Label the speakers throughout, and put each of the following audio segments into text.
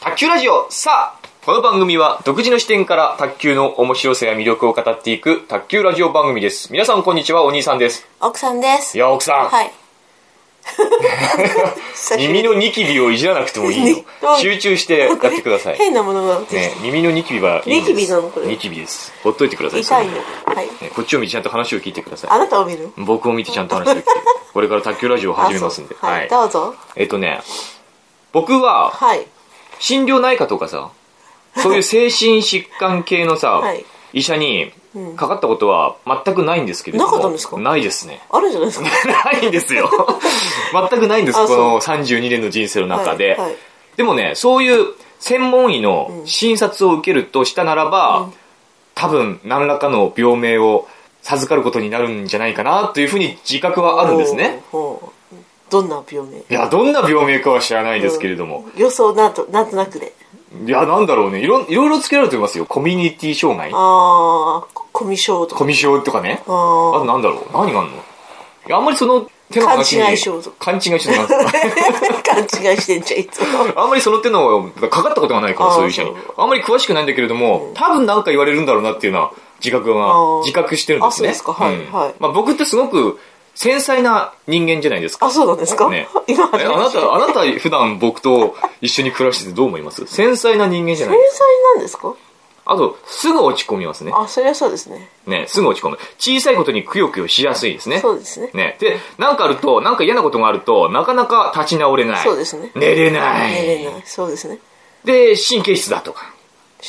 Speaker 1: 卓球ラジオさあこの番組は独自の視点から卓球の面白さや魅力を語っていく卓球ラジオ番組です皆さんこんにちはお兄さんです
Speaker 2: 奥さんです
Speaker 1: いや奥さん、
Speaker 2: はい
Speaker 1: 耳のニキビをいじらなくてもい いよ集中してやってください、ね、
Speaker 2: 変なものが
Speaker 1: 耳のニキビはいいんです
Speaker 2: ニキビなのこれ
Speaker 1: ニキビですほっといてください
Speaker 2: 痛い
Speaker 1: そ
Speaker 2: の
Speaker 1: れね
Speaker 2: はい
Speaker 1: こっちを見てちゃんと話を聞いてくださ
Speaker 2: あなたを見る
Speaker 1: い僕を見てちゃんと話を聞いてこれから卓球ラジオを始めますんで
Speaker 2: あそうはいどうぞ
Speaker 1: えっとね僕は
Speaker 2: はい
Speaker 1: 心療内科とかさそういう精神疾患系のさ、
Speaker 2: はい
Speaker 1: 医者にかかったことは全くないんですけれども
Speaker 2: なかったんですか
Speaker 1: ないですね
Speaker 2: あるじゃないですか
Speaker 1: ないんですよ 全くないんです
Speaker 2: あ
Speaker 1: こ
Speaker 2: そう
Speaker 1: の32年の人生の中で、
Speaker 2: はいはい
Speaker 1: でもねそういう専門医の診察を受けるとしたならば、多分何らかの病名を授かることになるんじゃないかなというふうに自覚はあるんですね
Speaker 2: ほうほうどんな病名
Speaker 1: いやどんな病名かは知らないですけれども、
Speaker 2: 予想なんとなんとなくで
Speaker 1: いやなんだろうねいろいろいろつけられてますよコミュニティ障害
Speaker 2: ああコミショと
Speaker 1: コ
Speaker 2: か
Speaker 1: ミュ障とかね
Speaker 2: あ
Speaker 1: あ
Speaker 2: ー
Speaker 1: となんだろう何があんのいやあんまりその手の話に
Speaker 2: 勘違い症と
Speaker 1: 勘違い 症とか
Speaker 2: 勘違いしてんじゃんいつも
Speaker 1: あんまりその手のかかったことがないから
Speaker 2: あー
Speaker 1: そういう医者に
Speaker 2: そう
Speaker 1: あんまり詳しくないんだけれども多分なんか言われるんだろうなっていうのは自覚
Speaker 2: あ
Speaker 1: は
Speaker 2: ー
Speaker 1: 自覚してるんですね
Speaker 2: あそうですかはい
Speaker 1: うん
Speaker 2: はい
Speaker 1: まあ、僕ってすごく繊細な人間じゃないですか
Speaker 2: あそうなんですか、
Speaker 1: ね
Speaker 2: 今
Speaker 1: えあなたあなた普段僕と一緒に暮らしててどう思います繊細な人間じゃな
Speaker 2: 天
Speaker 1: い
Speaker 2: 才なんですか
Speaker 1: あとすぐ落ち込みますね
Speaker 2: あそりゃそうですね
Speaker 1: ね、すぐ落ち込む。小さいことにくよくよしやすいですね。
Speaker 2: そうですね
Speaker 1: ね。で、なんかあると、なんか嫌なことがあると、なかなか立ち直れない。
Speaker 2: そうですね
Speaker 1: 寝れない。
Speaker 2: 寝れないそうですね
Speaker 1: で、神経質だとか。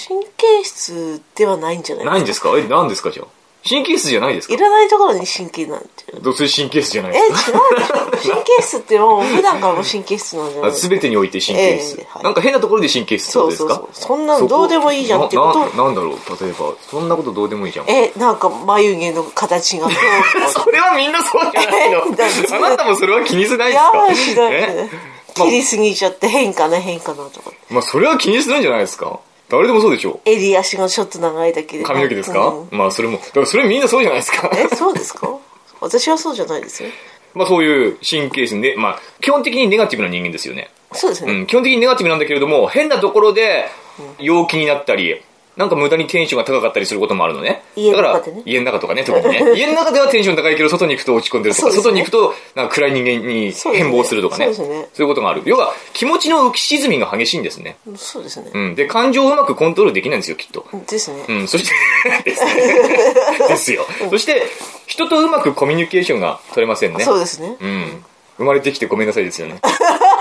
Speaker 2: 神経質ではないんじゃない
Speaker 1: ないんですかえ、何ですかじゃあ。神経質じゃないですか
Speaker 2: いらないところに神経なんていうの
Speaker 1: どうせ神経質じゃないで
Speaker 2: え違う
Speaker 1: す
Speaker 2: で
Speaker 1: か
Speaker 2: しょ神経質ってもう普段からもう神経質なんじゃない
Speaker 1: あ全てにおいて神経質、
Speaker 2: ええはい
Speaker 1: なんか変なところで神経質ってことですか
Speaker 2: そうそうそうそんなのどうでもいいじゃんってこと
Speaker 1: なななんだろう例えばそんなことどうでもいいじゃん
Speaker 2: えなんか眉毛の形がどうと か
Speaker 1: それはみんなそうじゃないの
Speaker 2: だって
Speaker 1: あなたもそれは気にしないで
Speaker 2: い
Speaker 1: す
Speaker 2: や
Speaker 1: か
Speaker 2: ばいしだ
Speaker 1: え
Speaker 2: ね切りすぎちゃって変かな変かなとか
Speaker 1: まあそれは気にするんじゃないですか誰でもそうでしょう
Speaker 2: 襟足がちょっと長いだけで
Speaker 1: 髪の毛ですか、
Speaker 2: うん
Speaker 1: まあそれもだからそれみんなそうじゃないですか
Speaker 2: えそうですか私はそうじゃないですよ
Speaker 1: まあそういう神経質で、まあ、基本的にネガティブな人間ですよね、
Speaker 2: そうですね、
Speaker 1: うん、基本的にネガティブなんだけれども変なところで陽気になったりなんか無駄にテンションが高かったりすることもあるのね
Speaker 2: 家の
Speaker 1: だ
Speaker 2: 中
Speaker 1: か
Speaker 2: で
Speaker 1: ら
Speaker 2: ね
Speaker 1: 家の中とかね特に ね家の中ではテンション高いけど外に行くと落ち込んでるとか、
Speaker 2: そうです
Speaker 1: 外
Speaker 2: ね
Speaker 1: に行くとなんか暗い人間に変貌するとかね
Speaker 2: そうですね
Speaker 1: そういうことがある要は気持ちの浮き沈みが激しいんですね、
Speaker 2: そうですね、
Speaker 1: うん、で感情をうまくコントロールできないんですよきっと
Speaker 2: ですね、
Speaker 1: うん、そして、 ですねですよ。そして、人とうまくコミュニケーションが取れませんね。
Speaker 2: そうですね、
Speaker 1: うん。生まれてきてごめんなさいですよね。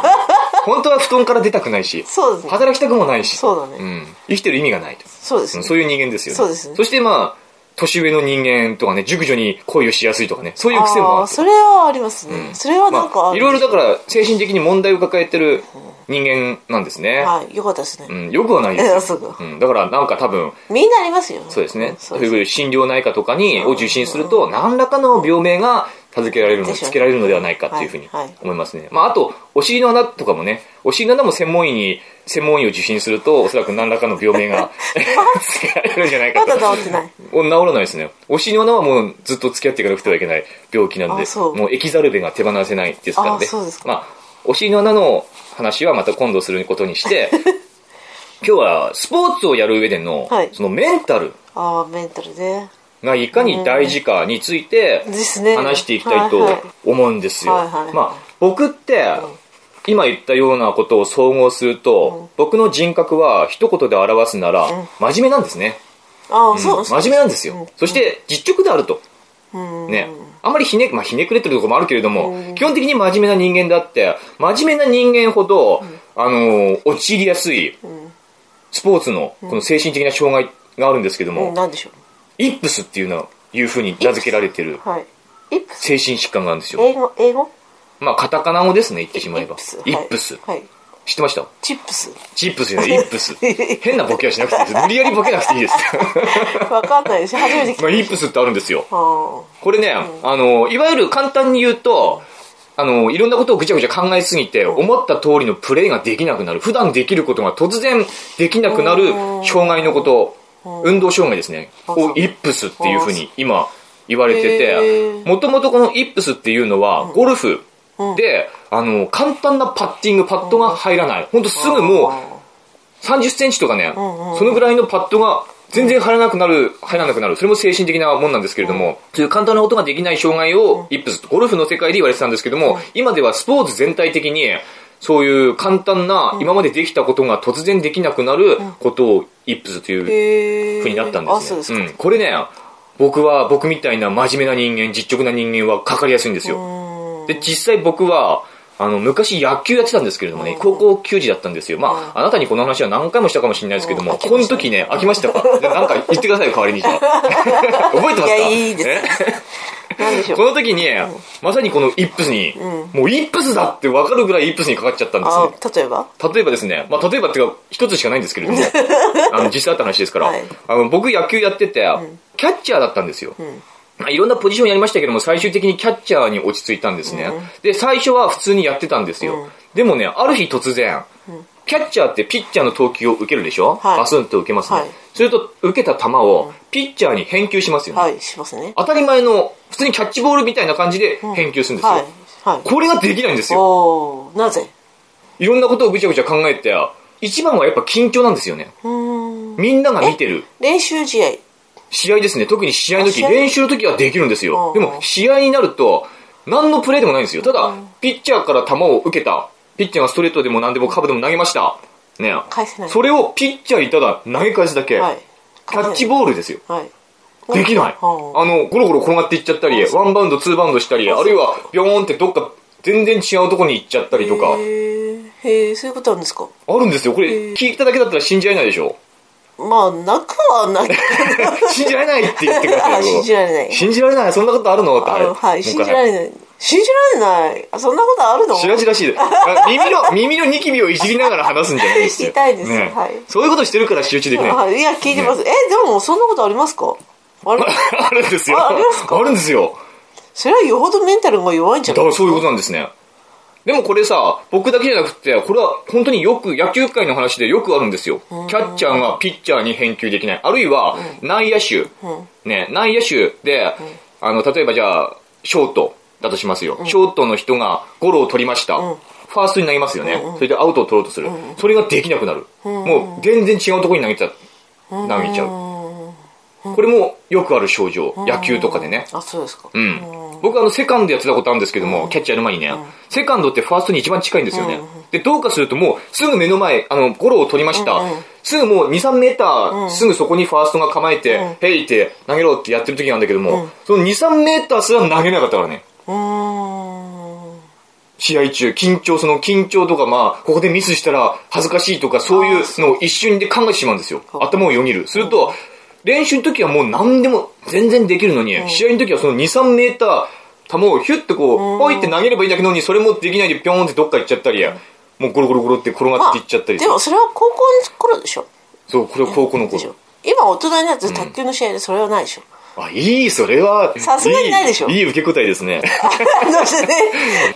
Speaker 1: 本当は布団から出たくないし、
Speaker 2: そうですね
Speaker 1: 働きたくもないし、
Speaker 2: そうだね
Speaker 1: ん。生きてる意味がないと。
Speaker 2: そうです
Speaker 1: うん
Speaker 2: ね
Speaker 1: そういう人間ですよね。
Speaker 2: そうですね
Speaker 1: そしてまあ、年上の人間とかね、熟女に恋をしやすいとかね、そういう癖も
Speaker 2: あ
Speaker 1: あ
Speaker 2: あ
Speaker 1: る。
Speaker 2: それはありますね、それはなんか
Speaker 1: ま
Speaker 2: あ
Speaker 1: あ、
Speaker 2: る
Speaker 1: いろいろだから、精神的に問題を抱えてる人間なんですね。
Speaker 2: はいよかったですね、
Speaker 1: うん、よくはないです
Speaker 2: え
Speaker 1: よ
Speaker 2: えそうか
Speaker 1: うん、だからなんか多分、
Speaker 2: みんなありますよ
Speaker 1: そうですね。
Speaker 2: そ
Speaker 1: そうう
Speaker 2: です
Speaker 1: いう心療内科とかに、を受診すると、何らかの病名が授けられるの、
Speaker 2: でしょうね
Speaker 1: つけられるのではないかというふうに
Speaker 2: はいはい
Speaker 1: 思いますね。まあ、あと、お尻の穴とかもね、お尻の穴も専門医に、専門医を受診すると、おそらく何らかの病名 が つけられるんじゃないか
Speaker 2: ま
Speaker 1: と。
Speaker 2: だ治ってない
Speaker 1: お治らないですね。お尻の穴はもうずっと付き合っていかなくてはいけない病気なんで
Speaker 2: あ、そう
Speaker 1: もうエキザルベが手放せないですからね。
Speaker 2: あそうですか
Speaker 1: まあ、お尻の穴の話はまた今度することに して、今日はスポーツをやる上での、
Speaker 2: はい
Speaker 1: そのメンタル
Speaker 2: ああメンタルね
Speaker 1: がいかに大事かについて
Speaker 2: ですね
Speaker 1: 話していきたい
Speaker 2: は
Speaker 1: と
Speaker 2: は
Speaker 1: 思うんですよ。
Speaker 2: はいはい
Speaker 1: まあ僕って今言ったようなことを総合すると僕の人格は一言で表すなら真面目なんですね。
Speaker 2: ああ
Speaker 1: うん
Speaker 2: そう、
Speaker 1: 真面目なんですよ。そして実直であると。
Speaker 2: うん
Speaker 1: ね。あんまりひね,、まあ、ひねくれてるところもあるけれど
Speaker 2: う
Speaker 1: も
Speaker 2: ん
Speaker 1: 基本的に真面目な人間であって真面目な人間ほどあの陥りやすい
Speaker 2: ん
Speaker 1: スポーツのこの精神的な障害があるんですけど
Speaker 2: うん、
Speaker 1: も
Speaker 2: なんでしょ
Speaker 1: イップスっていうのいうふうに名付けられてる
Speaker 2: うはいイップス
Speaker 1: 精神疾患があるんですよ。
Speaker 2: 英語英語
Speaker 1: まあ、カタカナ語ですね、言ってしまえば。イ
Speaker 2: はい
Speaker 1: ップス。
Speaker 2: はい
Speaker 1: 知ってました
Speaker 2: チップス
Speaker 1: チップスじゃない、イップ ス。変なボケはしなくていいです。無理やりボケなくていい です。
Speaker 2: わかんないです初めて聞い
Speaker 1: まあ、イップスってあるんですよ。
Speaker 2: たあ
Speaker 1: これね、あの、いわゆる簡単に言うと、あの、いろんなことをぐちゃぐちゃ考えすぎて、思った通りのプレーができなくなる。普段できることが突然できなくなる障害のこと、運動障害ですね。
Speaker 2: あ
Speaker 1: をイップスっていうふうに今言われて
Speaker 2: へ
Speaker 1: て、
Speaker 2: ー
Speaker 1: もともとこのイップスっていうのは、ゴルフ、で、あの、簡単なパッティング、パットが入らない。ほんとすぐもう、 30センチとかね、
Speaker 2: んうん
Speaker 1: そのぐらいのパッドが全然入らなくなる、入らなくなる。それも精神的なもんなんですけれども、という簡単なことができない障害を、イップス、ゴルフの世界で言われてたんですけども、今ではスポーツ全体的に、そういう簡単な、今までできたことが突然できなくなることを、イップスという
Speaker 2: へえ
Speaker 1: ふうになったんですね。
Speaker 2: あそうですか、
Speaker 1: うん、これね、僕は、僕みたいな真面目な人間、実直な人間はかかりやすいんですよ。
Speaker 2: うん
Speaker 1: で、実際僕は、あの、昔野球やってたんですけれどもね、高校球児だったんですよ。まあ、あなたにこの話は何回もしたかもしれないですけど
Speaker 2: う
Speaker 1: も、
Speaker 2: ん飽き
Speaker 1: こ
Speaker 2: ま
Speaker 1: の
Speaker 2: した
Speaker 1: 時ね、飽きました かじゃあなんか言ってくださいよ、代わりにじゃあ。覚えてますか
Speaker 2: いやいいです
Speaker 1: ね
Speaker 2: なんでしょ
Speaker 1: こ
Speaker 2: う
Speaker 1: の時に、まさにこのイップスに、
Speaker 2: う
Speaker 1: もうイップスだって分かるぐらいイップスにかかっちゃったんです
Speaker 2: あ
Speaker 1: ね。
Speaker 2: 例えば
Speaker 1: 例えばですね、まあ、例えばっていうか、一つしかないんですけれど も、あの、実際あった話ですから、
Speaker 2: はい
Speaker 1: あの、僕野球やってて、キャッチャーだったんですよ。
Speaker 2: ん
Speaker 1: まあいろんなポジションやりましたけども、最終的にキャッチャーに落ち着いたんですね。で、最初は普通にやってたんですよ。
Speaker 2: うん
Speaker 1: でもね、ある日突然、キャッチャーってピッチャーの投球を受けるでしょ、
Speaker 2: はい
Speaker 1: バスンと受けますね。
Speaker 2: はい
Speaker 1: それと、受けた球を、ピッチャーに返球しますよね。
Speaker 2: はいしますね
Speaker 1: 当たり前の、普通にキャッチボールみたいな感じで返球するんですよ。
Speaker 2: はいはい
Speaker 1: これができないんですよ。
Speaker 2: おーなぜ
Speaker 1: いろんなことをぐちゃぐちゃ考えて、一番はやっぱ緊張なんですよね。
Speaker 2: うーん
Speaker 1: みんなが見てる。
Speaker 2: 練習試合
Speaker 1: 試合ですね。特に試合の時、
Speaker 2: あ試合
Speaker 1: 練習の時はできるんです
Speaker 2: うんう
Speaker 1: よ。
Speaker 2: ん
Speaker 1: でも、試合になると、何のプレーでもないんですよ。ただ、ピッチャーから球を受けた。ピッチャーがストレートでも何でもカブでも投げました。ね。
Speaker 2: 返せない
Speaker 1: それをピッチャーにただ投げ返すだけ。
Speaker 2: はい
Speaker 1: キャッチ
Speaker 2: ー
Speaker 1: ボールですよ。
Speaker 2: ルはい
Speaker 1: できない。あ
Speaker 2: あ
Speaker 1: の、ゴロゴロ転がっていっちゃったり、
Speaker 2: あそ
Speaker 1: ワンバウンド、ツーバウンドしたり、あるいは、ビョーンってどっか全然違うとこに行っちゃったりとか
Speaker 2: へ、ーへーそういうことあるんですか
Speaker 1: あるんですよ。こ
Speaker 2: へ
Speaker 1: れ、
Speaker 2: ー
Speaker 1: 聞いただけだったら信じられないでし ょ。
Speaker 2: まあなくはない
Speaker 1: 信じられないって言ってくださ
Speaker 2: あ
Speaker 1: いよ。
Speaker 2: 信じられない
Speaker 1: 信じられないそんなことあるのってあ
Speaker 2: あ
Speaker 1: れ
Speaker 2: のはい信じら
Speaker 1: ない
Speaker 2: れない信じられないあそんなことあるの
Speaker 1: しらじらしい ですあ耳の耳のニキビをいじりながら話すんじゃないですよ
Speaker 2: 痛いですはい
Speaker 1: そういうことしてるから集中できない
Speaker 2: あいや聞いてます、えでもそんなことありますかあれ
Speaker 1: あるんですよ
Speaker 2: ああります
Speaker 1: あるんですよ
Speaker 2: それはよほどメンタルが弱いんじゃ
Speaker 1: だか
Speaker 2: ない
Speaker 1: らそういうことなんですねでもこれさ僕だけじゃなくてこれは本当によく野球界の話でよくあるんですよキャッチャーがピッチャーに返球できないあるいは内野手、ね、内野手で、あの例えばじゃあショートだとしますよ、ショートの人がゴロを取りました、ファーストに投げますよね、それでアウトを取ろうとする、それができなくなる、もう全然違うところに投げちゃ投げちゃう、これもよくある症状、野球とかでね、
Speaker 2: あそうですか、
Speaker 1: うん、僕あのセカンドやってたことあるんですけども、キャッチャーの前にね、セカンドってファーストに一番近いんですよね、でどうかするともうすぐ目の前あのゴロを取りました、すぐもう23メーターすぐそこにファーストが構えて、ヘイって投げろってやってる時なんだけども、その23メーターすら投げなかったからね
Speaker 2: うーん
Speaker 1: 試合中緊張その緊張とかまあここでミスしたら恥ずかしいとかそういうのを一瞬で考えてしまうんですよ頭をよぎるすると練習の時はもう何でも全然できるのに、試合の時はその23メーター球をヒュッとこうポイって投げればいいだけのにそれもできないでピョーンってどっか行っちゃったり、もうゴロゴロゴロって転がっていっちゃったり
Speaker 2: でもそれは高校の頃でしょ
Speaker 1: そうこれは高校の
Speaker 2: でしょ
Speaker 1: 頃
Speaker 2: 今大人になって卓球の試合でそれはないでしょ、
Speaker 1: あいいそれは
Speaker 2: さすがにないでしょ
Speaker 1: いいいい受け答えです ね
Speaker 2: どうし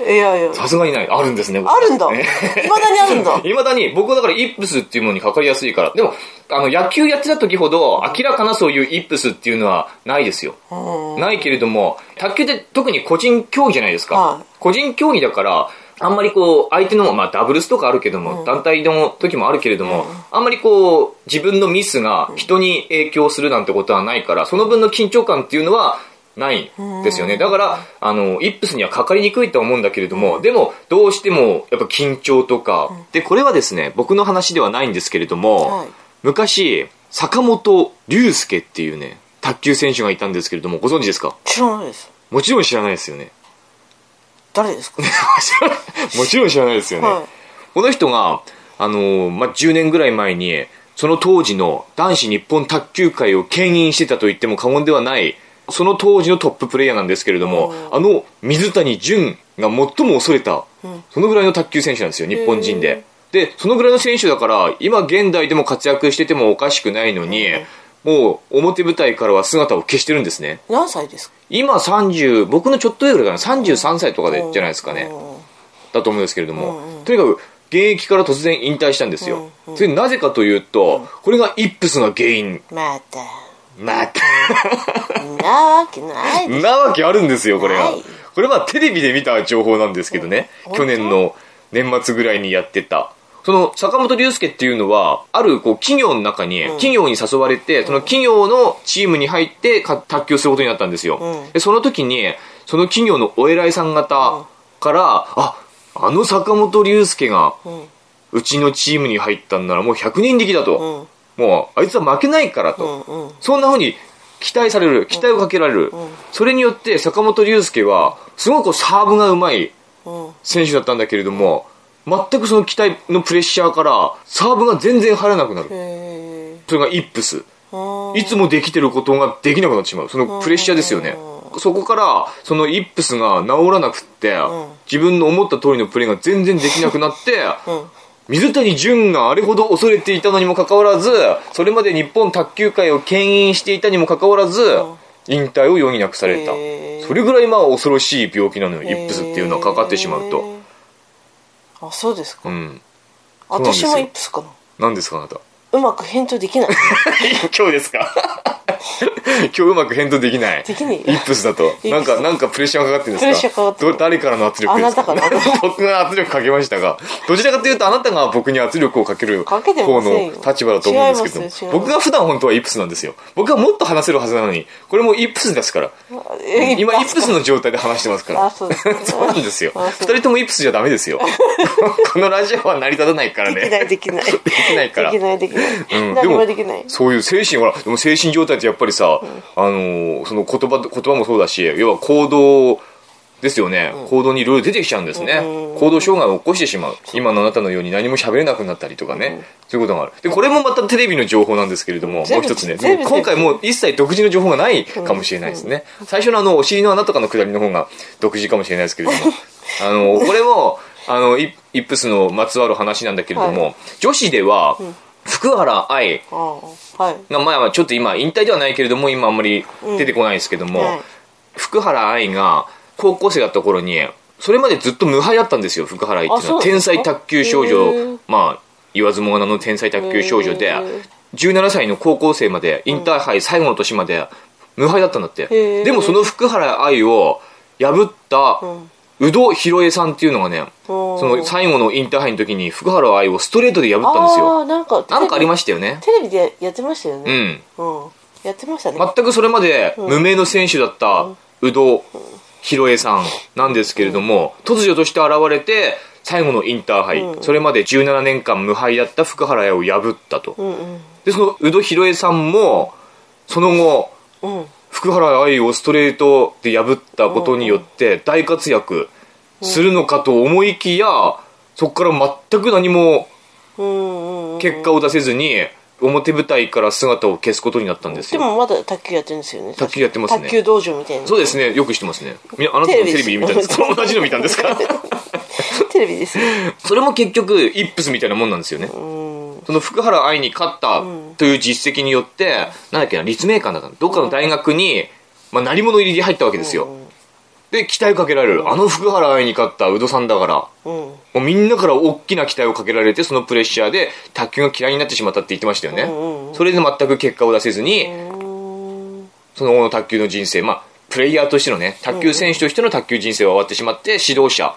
Speaker 2: てねいやいや
Speaker 1: さすがにないあるんですね
Speaker 2: あるんだ
Speaker 1: ね
Speaker 2: いまだにある んだ
Speaker 1: いまだに、僕はだからイップスっていうものにかかりやすいから。でも、あの、野球やってた時ほど、明らかなそういうイップスっていうのはないですよ。
Speaker 2: うん
Speaker 1: ないけれども、卓球って特に個人競技じゃないですか。
Speaker 2: はい
Speaker 1: 個人競技だから、あんまりこう、相手の、まあ、ダブルスとかあるけども、団体の時もあるけれども、あんまりこう、自分のミスが人に影響するなんてことはないから、その分の緊張感っていうのは、ないですよね。だから、あの、イップスにはかかりにくいとは思うんだけれども、でも、どうしても、やっぱ緊張とか、で、これはですね、僕の話ではないんですけれども、
Speaker 2: はい
Speaker 1: 昔、坂本龍介っていうね、卓球選手がいたんですけれども、ご存知ですか
Speaker 2: 知らないです
Speaker 1: もちろん知らないですよね。
Speaker 2: 誰ですか、
Speaker 1: もちろん知らないですよね。
Speaker 2: はい
Speaker 1: この人が、あのーまあ、10年ぐらい前に、その当時の男子日本卓球界を牽引してたと言っても過言ではない、その当時のトッププレイヤーなんですけれども、あの水谷隼が最も恐れた、そのぐらいの卓球選手なんですよ、日本人で。で、そのぐらいの選手だから、今現代でも活躍しててもおかしくないのに、もう表舞台からは姿を消してるんですね。
Speaker 2: 何歳ですか
Speaker 1: 今30僕のちょっと上ぐらいかな33歳とかでじゃないですかねだと思うんですけれども、とにかく現役から突然引退したんですよ、それなぜかというと、これがイップスが原因
Speaker 2: また
Speaker 1: また
Speaker 2: んなわけないでし
Speaker 1: なわけあるんですよこれが
Speaker 2: はい
Speaker 1: これはテレビで見た情報なんですけどね、
Speaker 2: うん
Speaker 1: 去年の年末ぐらいにやってたその坂本龍介っていうのは、あるこう企業の中に、企業に誘われて、その企業のチームに入ってか卓球することになったんですよ。
Speaker 2: うん
Speaker 1: で、その時に、その企業のお偉いさん方から、あ、あの坂本龍介が、
Speaker 2: うん
Speaker 1: うちのチームに入ったんならもう100人力だ
Speaker 2: う
Speaker 1: と。
Speaker 2: ん
Speaker 1: もう、あいつは負けないから
Speaker 2: う
Speaker 1: と。
Speaker 2: んうん
Speaker 1: そんな風に期待される、期待をかけられる。
Speaker 2: ん
Speaker 1: それによって坂本龍介は、すごくこうサーブがうまい
Speaker 2: うん
Speaker 1: 選手だったんだけれども、全くその期待のプレッシャーから、サーブが全然入らなくなる。
Speaker 2: へ
Speaker 1: それがイップス。
Speaker 2: ー
Speaker 1: いつもできてることができなくなってしまう。そのプレッシャーですよね。そこから、そのイップスが治らなくって、自分の思った通りのプレーが全然できなくなって、
Speaker 2: うん
Speaker 1: 水谷隼があれほど恐れていたのにもかかわらず、それまで日本卓球界を牽引していたにもかかわらず、引退を余儀なくされた
Speaker 2: へ。ー
Speaker 1: それぐらいまあ恐ろしい病気なのよ、イ
Speaker 2: イ
Speaker 1: ップスっていうのはかかってしまうと。
Speaker 2: あそうですか
Speaker 1: うん。うなんです
Speaker 2: 私
Speaker 1: よ
Speaker 2: もイップスかな
Speaker 1: 何ですか、あなた。
Speaker 2: うまく返答できない
Speaker 1: 今日ですか 今日うまく返答できない。
Speaker 2: できない
Speaker 1: イップスだと。
Speaker 2: ス
Speaker 1: なんか、なんかプレッシャーがかかってるんですか
Speaker 2: プレッシャーかかってる
Speaker 1: ど誰からの圧力ですか
Speaker 2: あなたから
Speaker 1: 僕が圧力かけましたが、どちらかというとあなたが僕に圧力をかける
Speaker 2: かけてま
Speaker 1: 方
Speaker 2: せん
Speaker 1: の
Speaker 2: よ
Speaker 1: 立場だと思うんですけ
Speaker 2: 違います
Speaker 1: ど
Speaker 2: よ違います
Speaker 1: 僕が普段本当はイップスなんですよ。僕はもっと話せるはずなのに、これもうイップスですから。
Speaker 2: え
Speaker 1: 今、イップスの状態で話してますから。
Speaker 2: あそうですか
Speaker 1: そうなんですよ。
Speaker 2: あ
Speaker 1: 二
Speaker 2: そう
Speaker 1: 人ともイップスじゃダメ ですよ。このラジオは成り立たないからね。
Speaker 2: できないできない
Speaker 1: できないから
Speaker 2: できないできない、
Speaker 1: うん
Speaker 2: 何もできない
Speaker 1: そういう精神ほらでも精神状態ってやっぱりさ、あのーその言葉言葉もそうだし要は行動ですよね、行動にいろいろ出てきちゃうんですね、
Speaker 2: うん
Speaker 1: 行動障害を起こしてしまう今のあなたのように何も喋れなくなったりとかね、そういうことがあるでこれもまたテレビの情報なんですけれどももう
Speaker 2: 全部
Speaker 1: 一つね
Speaker 2: 全部
Speaker 1: 今回もう一切独自の情報がないかもしれないですね、最初のあのお尻の穴とかのくだりの方が独自かもしれないですけれどもあのこれもあのイイップスのまつわる話なんだけれども、
Speaker 2: は
Speaker 1: 女子では、福原愛
Speaker 2: ああはい
Speaker 1: まあまあちょっと今引退ではないけれども今あんまり出てこないですけども、
Speaker 2: うんはい
Speaker 1: 福原愛が高校生だった頃にそれまでずっと無敗だったんですよ福原愛っていうのは
Speaker 2: あそうなん
Speaker 1: 天
Speaker 2: ですか
Speaker 1: 才卓球少
Speaker 2: へ
Speaker 1: 女
Speaker 2: ー
Speaker 1: まあ言わずもがなの天才卓球少女で
Speaker 2: へー
Speaker 1: 17歳の高校生までインターハイ最後の年まで無敗だったんだって、
Speaker 2: ー
Speaker 1: でもその福原愛を破った
Speaker 2: うん
Speaker 1: 宇戸弘恵さんっていうのがね
Speaker 2: おー
Speaker 1: その最後のインターハイの時に福原愛をストレートで破ったんですよ
Speaker 2: あーなんか
Speaker 1: なんかありま
Speaker 2: し
Speaker 1: したよね
Speaker 2: たテレビでやってましたよ
Speaker 1: う
Speaker 2: ね
Speaker 1: ん
Speaker 2: うん、やってましたね、
Speaker 1: 全くそれまで無名の選手だった宇戸弘恵さんなんですけれども、突如として現れて最後のインターハイ、
Speaker 2: うん
Speaker 1: それまで17年間無敗だった福原愛を破ったと、
Speaker 2: うんうん
Speaker 1: でその宇戸弘恵さんもその後
Speaker 2: うん
Speaker 1: 福原愛をストレートで破ったことによって大活躍するのかと思いきやそこから全く何も
Speaker 2: うんうんうん
Speaker 1: 結果を出せずに表舞台から姿を消すことになったんです
Speaker 2: で
Speaker 1: よ
Speaker 2: もまだ卓球やってるんですよね
Speaker 1: 卓球やってますね
Speaker 2: 卓球道場みたいな
Speaker 1: そうですね、よく知ってますね。みあなたもテ
Speaker 2: テレビ
Speaker 1: レビ見たんですか 同じの見たんですか
Speaker 2: テレビですね
Speaker 1: それも結局、イップスみたいなもんなんですよね。
Speaker 2: うん
Speaker 1: その福原愛に勝ったという実績によって、なんだっけな、立命館だったのどっかの大学に、まあ、何者入りで入ったわけですよ。で、期待をかけられる。あの福原愛に勝った宇戸さんだから、
Speaker 2: うん
Speaker 1: もうみんなから大きな期待をかけられて、そのプレッシャーで卓球が嫌いになってしまったって言ってましたよね。
Speaker 2: ん
Speaker 1: それで全く結果を出せずに、
Speaker 2: うん
Speaker 1: その後の卓球の人生、まあ、プレイヤーとしてのね、卓球選手としての卓球人生は終わってしまって、指導者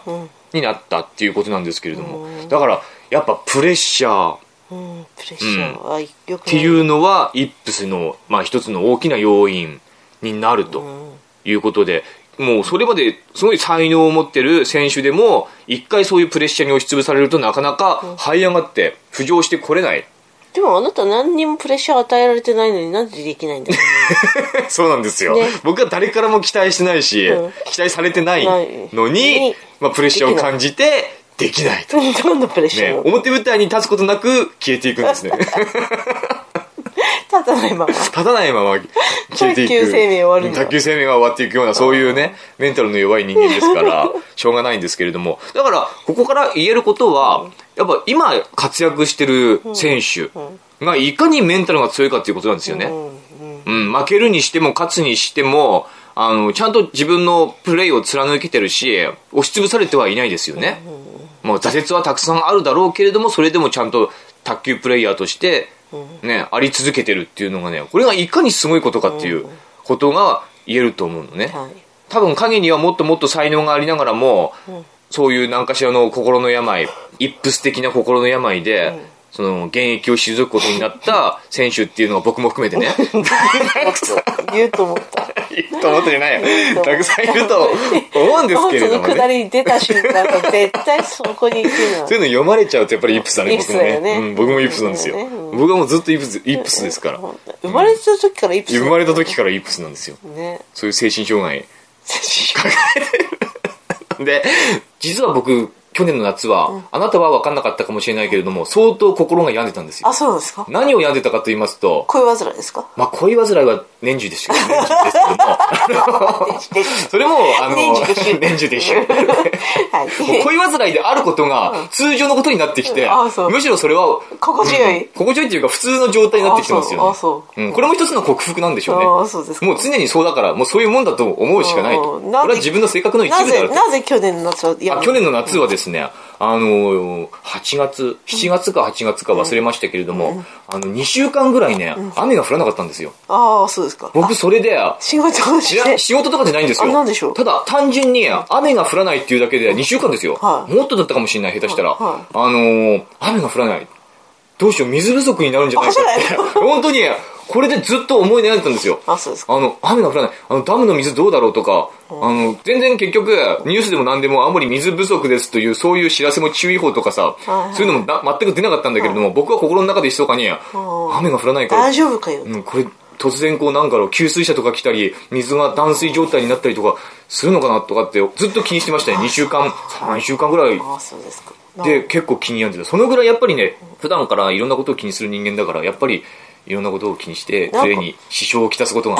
Speaker 1: になったっていうことなんですけれども、だから、やっぱプレッシャーっ
Speaker 2: うんプレッシャーはよくない
Speaker 1: ていうのは、イップスの、まあ、一つの大きな要因になるということで、もうそれまですごい才能を持ってる選手でも、一回そういうプレッシャーに押しつぶされるとなかなか這い上がって浮上してこれない。
Speaker 2: でもあなた何にもプレッシャー与えられてないのになんでできないんだろ
Speaker 1: そうなんですよ、
Speaker 2: ね
Speaker 1: 僕は誰からも期待してないし、
Speaker 2: うん
Speaker 1: 期待されてないのに、
Speaker 2: ない
Speaker 1: まあ、プレッシャーを感じてできないと、
Speaker 2: うねどんなプレッシ
Speaker 1: ね、
Speaker 2: ャーなの
Speaker 1: 表舞台に立つことなく消えていくん ですね
Speaker 2: 立たないまま
Speaker 1: 立たないまま消えていく
Speaker 2: 卓球生命終わるんだ
Speaker 1: 卓球生命が終わっていくようなそういうねメンタルの弱い人間ですからしょうがないんですけれどもだからここから言えることはやっぱ今活躍してる選手がいかにメンタルが強いかっていうことなんですよね、
Speaker 2: うんうん
Speaker 1: うん、負けるにしても勝つにしても、あの、ちゃんと自分のプレーを貫けてるし、押しつぶされてはいないですよね。もう挫折はたくさんあるだろうけれども、それでもちゃんと卓球プレイヤーとして、ね、あり続けてるっていうのがね、これがいかにすごいことかっていうことが言えると思うのね。
Speaker 2: はい
Speaker 1: 多分影にはもっともっと才能がありながらも、そういう何かしらの心の病、一夫的な心の病で、その現役を退くことになった選手っていうのは僕も含め てね
Speaker 2: 言うと思った。
Speaker 1: と思ってじゃないよたくさんいると思うんです
Speaker 2: 本
Speaker 1: け
Speaker 2: 当
Speaker 1: れど
Speaker 2: の
Speaker 1: もね
Speaker 2: 下りに出た瞬間、絶対そこに行く
Speaker 1: そういうの読まれちゃうとやっぱりイップスだね、
Speaker 2: イップ
Speaker 1: 僕
Speaker 2: ス
Speaker 1: も
Speaker 2: だ
Speaker 1: ね
Speaker 2: よね
Speaker 1: うん。僕もイップスなんですよ
Speaker 2: そうだよね。うん
Speaker 1: 僕はもうずっとイップスイップスですから。
Speaker 2: の。生まれた時からイプス。
Speaker 1: 生まれた時からイップスなんですよ。
Speaker 2: ね。
Speaker 1: そういう精神障害。 で、実は僕、去年の夏は、あなたは分かんなかったかもしれないけれども、相当心が病んでたんですよ
Speaker 2: あ、。そうなんですか
Speaker 1: 何を病んでたかと言いますと、
Speaker 2: 恋煩いですか
Speaker 1: まあ、恋煩いは年中で したけど、年中ですけども、 それも、あの、
Speaker 2: 年中でしょ
Speaker 1: 年中で しょ。
Speaker 2: はい。
Speaker 1: もう恋煩いであることが通常のことになってきて
Speaker 2: うんあそう、
Speaker 1: むしろそれは
Speaker 2: 心地よい。
Speaker 1: 心地よいっていうか普通の状態になってきてますよね。、
Speaker 2: あそうあそうん
Speaker 1: これも一つの克服なんでしょうね。
Speaker 2: ああ、そうですか。
Speaker 1: もう常にそうだから、もうそういうもんだと思うしかないと。
Speaker 2: う
Speaker 1: こ
Speaker 2: ん
Speaker 1: れは自分の性格の一
Speaker 2: な
Speaker 1: 部であ
Speaker 2: ぜ、
Speaker 1: ると。
Speaker 2: なぜ去年の夏は、い
Speaker 1: あ去年の夏はですね、あのー、8月、7月か8月か忘れましたけれども、あの、2週間ぐらいね、雨が降らなかったんですよ。
Speaker 2: ああ、そうですか。
Speaker 1: 僕それで、
Speaker 2: 仕事を
Speaker 1: い
Speaker 2: して
Speaker 1: や、。仕事とかじゃないんですよ。
Speaker 2: あなんでしょう
Speaker 1: ただ、単純に雨が降らないっていうだけで2週間ですよ。
Speaker 2: はい
Speaker 1: もっとだったかもしれない、下手したら。
Speaker 2: は
Speaker 1: あのー、雨が降らない。どうしよう、水不足になるんじゃないか
Speaker 2: あじゃな
Speaker 1: って。 本当に、これでずっと思い悩んでたんですよ。
Speaker 2: あ、そうですか。
Speaker 1: あの、雨が降らない。あの、ダムの水どうだろうとか、あの、全然結局、ニュースでも何でも、青森水不足ですという、そういう知らせも注意報とかさ、
Speaker 2: はい
Speaker 1: そういうのもな全く出なかったんだけれども、僕は心の中で密かに、雨が降らないから、
Speaker 2: 大丈夫かよ。
Speaker 1: うん、これ突然こうなんかの給水車とか来たり水が断水状態になったりとかするのかなとかってずっと気にしてましたね2週間3週間ぐらい
Speaker 2: ああ、そうですか。
Speaker 1: で結構気に病んでたそのぐらいやっぱりね普段からいろんなことを気にする人間だからやっぱりいろんなことを気にして
Speaker 2: なんか
Speaker 1: プレーに支障をきたすことが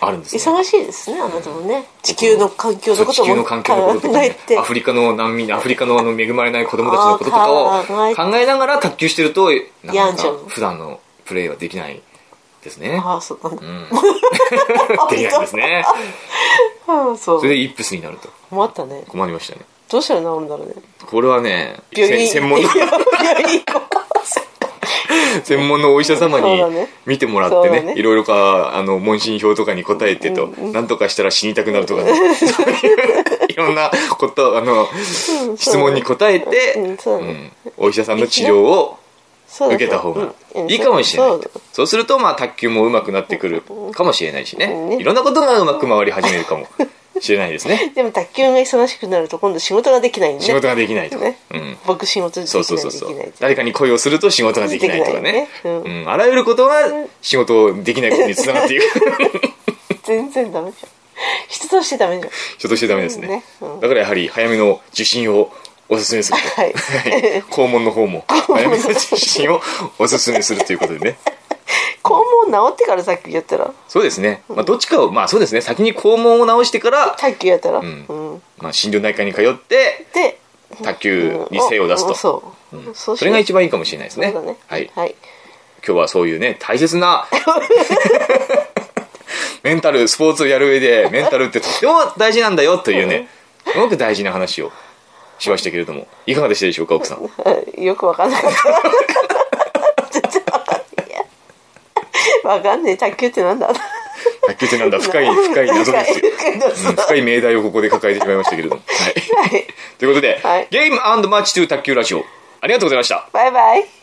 Speaker 1: あるん ですね
Speaker 2: 忙しいですね、あなたもね。地球の環境の
Speaker 1: そう
Speaker 2: こ
Speaker 1: 地
Speaker 2: と
Speaker 1: 球
Speaker 2: も
Speaker 1: の環境のことと
Speaker 2: 考
Speaker 1: か、
Speaker 2: え
Speaker 1: ね
Speaker 2: て、。
Speaker 1: アフリカの難民アフリカのあの恵まれない子供たちのこととか
Speaker 2: あー
Speaker 1: を
Speaker 2: 考
Speaker 1: 考えながら卓球してるとなか
Speaker 2: 病ん
Speaker 1: な
Speaker 2: じゃ
Speaker 1: か
Speaker 2: う
Speaker 1: 普段のプレーはできないですね
Speaker 2: ああ、そうなんだ。
Speaker 1: できないですね
Speaker 2: ああ、そ
Speaker 1: それ
Speaker 2: う。
Speaker 1: でイップスになると
Speaker 2: 困ったね。
Speaker 1: 困りましたね
Speaker 2: どうしたら治るんだろうね。
Speaker 1: これはね
Speaker 2: 病院
Speaker 1: せ 専門の
Speaker 2: 病院行こ
Speaker 1: 専門のお医者様
Speaker 2: そうだ
Speaker 1: に
Speaker 2: ね
Speaker 1: 見てもらって
Speaker 2: そう
Speaker 1: ね
Speaker 2: だね
Speaker 1: いろいろかあの問診票とかに答えてと、なんとかしたら死にたくなるとか ねそういういろんなことあの
Speaker 2: う
Speaker 1: 質問に答えて、
Speaker 2: うんそうだ
Speaker 1: う
Speaker 2: ね
Speaker 1: んお医者さんの治療を
Speaker 2: そうだ
Speaker 1: 受けた方が
Speaker 2: うんうん
Speaker 1: いいかもしれない
Speaker 2: そうだ
Speaker 1: とそうするとまあ卓球も上手くなってくるかもしれないし
Speaker 2: うん
Speaker 1: ね
Speaker 2: ね
Speaker 1: いろんなことがうまく回り始めるかもしれない ですね
Speaker 2: でも卓球が忙しくなると今度仕事ができないんで
Speaker 1: 仕事ができないとか、
Speaker 2: ね
Speaker 1: うん、
Speaker 2: 僕仕事でき
Speaker 1: そ
Speaker 2: な
Speaker 1: う
Speaker 2: い
Speaker 1: そうそうそ
Speaker 2: できないう
Speaker 1: 誰かに恋をすると仕事ができないとかね
Speaker 2: できないねう
Speaker 1: うんあらゆることが仕事をできないことにつなが っていく
Speaker 2: 全然ダメじゃん人としてダメじゃん
Speaker 1: ちょっとしてダメですね
Speaker 2: ねうん
Speaker 1: だからやはり早めの受診をおすすめすると
Speaker 2: はい
Speaker 1: 肛門の方 も早めの受診をおすすめするということでね
Speaker 2: 肛門治ってから卓球やったら
Speaker 1: そうですね、まあ、どっちかをまあそうですね先に肛門を治してから、
Speaker 2: 卓球やったらうんん
Speaker 1: まあ、診療内科に通って
Speaker 2: で
Speaker 1: 卓球に精を出す
Speaker 2: うん
Speaker 1: と、
Speaker 2: そうそう
Speaker 1: それが
Speaker 2: 一
Speaker 1: 一番いいかもしれないですね
Speaker 2: そうだね
Speaker 1: はい、
Speaker 2: はい
Speaker 1: 今日はそういうね大切 なメンタルスポーツをやる上でメンタルってとっても大事なんだよというねすごく大事な話をしましたけれどもいかがでしたでしょうか奥さん
Speaker 2: はい よくわかんなかった 全然わかんないわかんねえ卓球ってなんだ
Speaker 1: 卓球ってなんだ深い深い謎ですよ、
Speaker 2: 深い謎
Speaker 1: うん深い命題をここで抱えてしまいましたけれども、はい、
Speaker 2: はい
Speaker 1: ということで、
Speaker 2: はい
Speaker 1: ゲームマッチ2卓球ラジオありがとうございました
Speaker 2: バイバイ